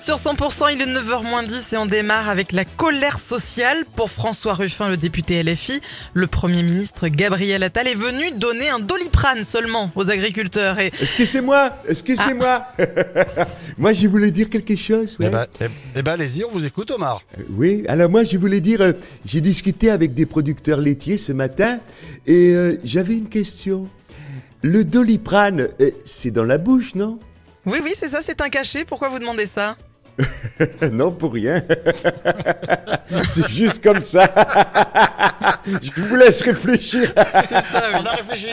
sur 100%, il est 9h 10 et on démarre avec la colère sociale. Pour François Ruffin, le député LFI, le Premier ministre Gabriel Attal est venu donner un doliprane seulement aux agriculteurs. Et Est-ce que c'est moi Est-ce que c'est moi Moi, je voulais dire quelque chose. ouais. Eh ben, eh, eh ben, allez-y, on vous écoute, Omar. Euh, Oui, alors moi, je voulais dire, euh, j'ai discuté avec des producteurs laitiers ce matin et euh, j'avais une question. Le doliprane, euh, c'est dans la bouche, non oui, oui, c'est ça, c'est un cachet. Pourquoi vous demandez ça Non, pour rien. c'est juste comme ça. je vous laisse réfléchir. On a réfléchi.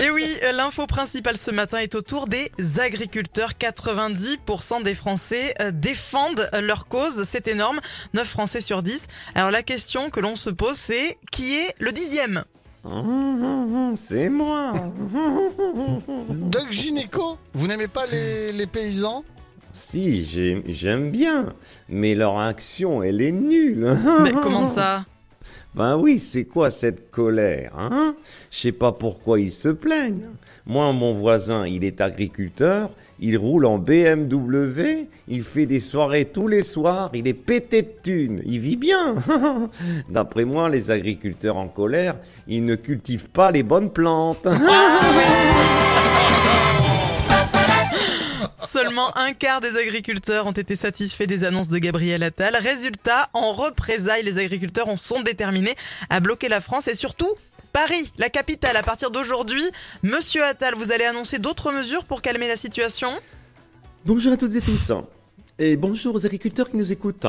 Et oui, euh, l'info principale ce matin est autour des agriculteurs. 90% des Français euh, défendent euh, leur cause. C'est énorme. 9 Français sur 10. Alors la question que l'on se pose, c'est qui est le dixième C'est moi. Doc Gynéco, vous n'aimez pas les, les paysans Si, j'ai- j'aime bien, mais leur action, elle est nulle. Mais comment ça Ben oui, c'est quoi cette colère, hein Je sais pas pourquoi ils se plaignent. Moi, mon voisin, il est agriculteur, il roule en BMW, il fait des soirées tous les soirs, il est pété de thunes, il vit bien. D'après moi, les agriculteurs en colère, ils ne cultivent pas les bonnes plantes. Seulement un quart des agriculteurs ont été satisfaits des annonces de Gabriel Attal. Résultat, en représailles, les agriculteurs en sont déterminés à bloquer la France et surtout Paris, la capitale. À partir d'aujourd'hui, Monsieur Attal, vous allez annoncer d'autres mesures pour calmer la situation bonjour à toutes et tous. Et bonjour aux agriculteurs qui nous écoutent.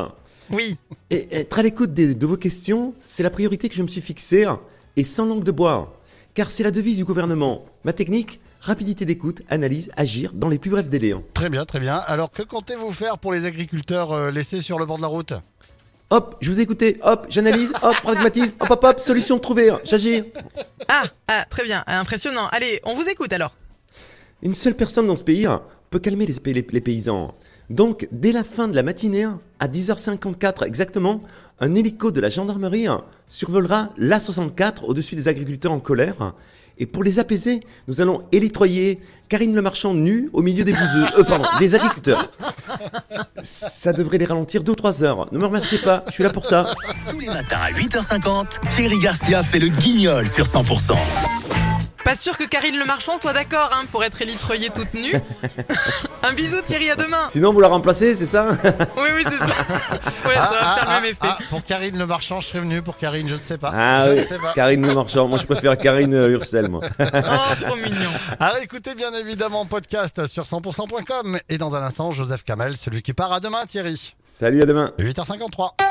Oui. Et être à l'écoute des- de, vos questions, c'est la priorité que je me suis fixée, hein, et sans langue de bois, hein. car c'est la devise du gouvernement. Ma technique rapidité d'écoute, analyse, agir dans les plus brefs délais. hein. Très bien, très bien. Alors, que comptez-vous faire pour les agriculteurs euh, laissés sur le bord de la route Hop, je vous ai écouté, hop, j'analyse, hop, pragmatisme, hop, hop, hop, solution trouvée, hein, j'agis. Ah, ah, très bien, ah, impressionnant. Allez, on vous écoute alors. Une seule personne dans ce pays hein, peut calmer les, les- les paysans. Donc, dès la fin de la matinée, hein, à 10h54 exactement, un hélico de la gendarmerie hein, survolera l'A64 au-dessus des agriculteurs en colère. Et pour les apaiser, nous allons élitroyer Karine Le Marchand nue au milieu des bouseux, euh, pardon, des agriculteurs. Ça devrait les ralentir 2 ou 3 heures. Ne me remerciez pas, je suis là pour ça. Tous les matins à 8h50, Thierry Garcia fait le guignol sur 100%. Pas sûr que Karine Le Marchand soit d'accord hein, pour être élitroyée toute nue. un bisou Thierry, à demain. Sinon, vous la remplacez, c'est ça Oui, oui, c'est ça. Ouais, ça va faire le même effet. ah, pour Karine Le Marchand, je serais venu. Pour Karine, je ne sais pas. Ah je oui, ne sais pas. Karine Le Marchand. Moi, je préfère Karine euh, Ursel, moi. ah. Oh, trop mignon. Alors, écoutez bien évidemment en podcast sur 100%.com. Et dans un instant, Joseph Kamel, celui qui part à demain, Thierry. Salut, à demain. 8h53.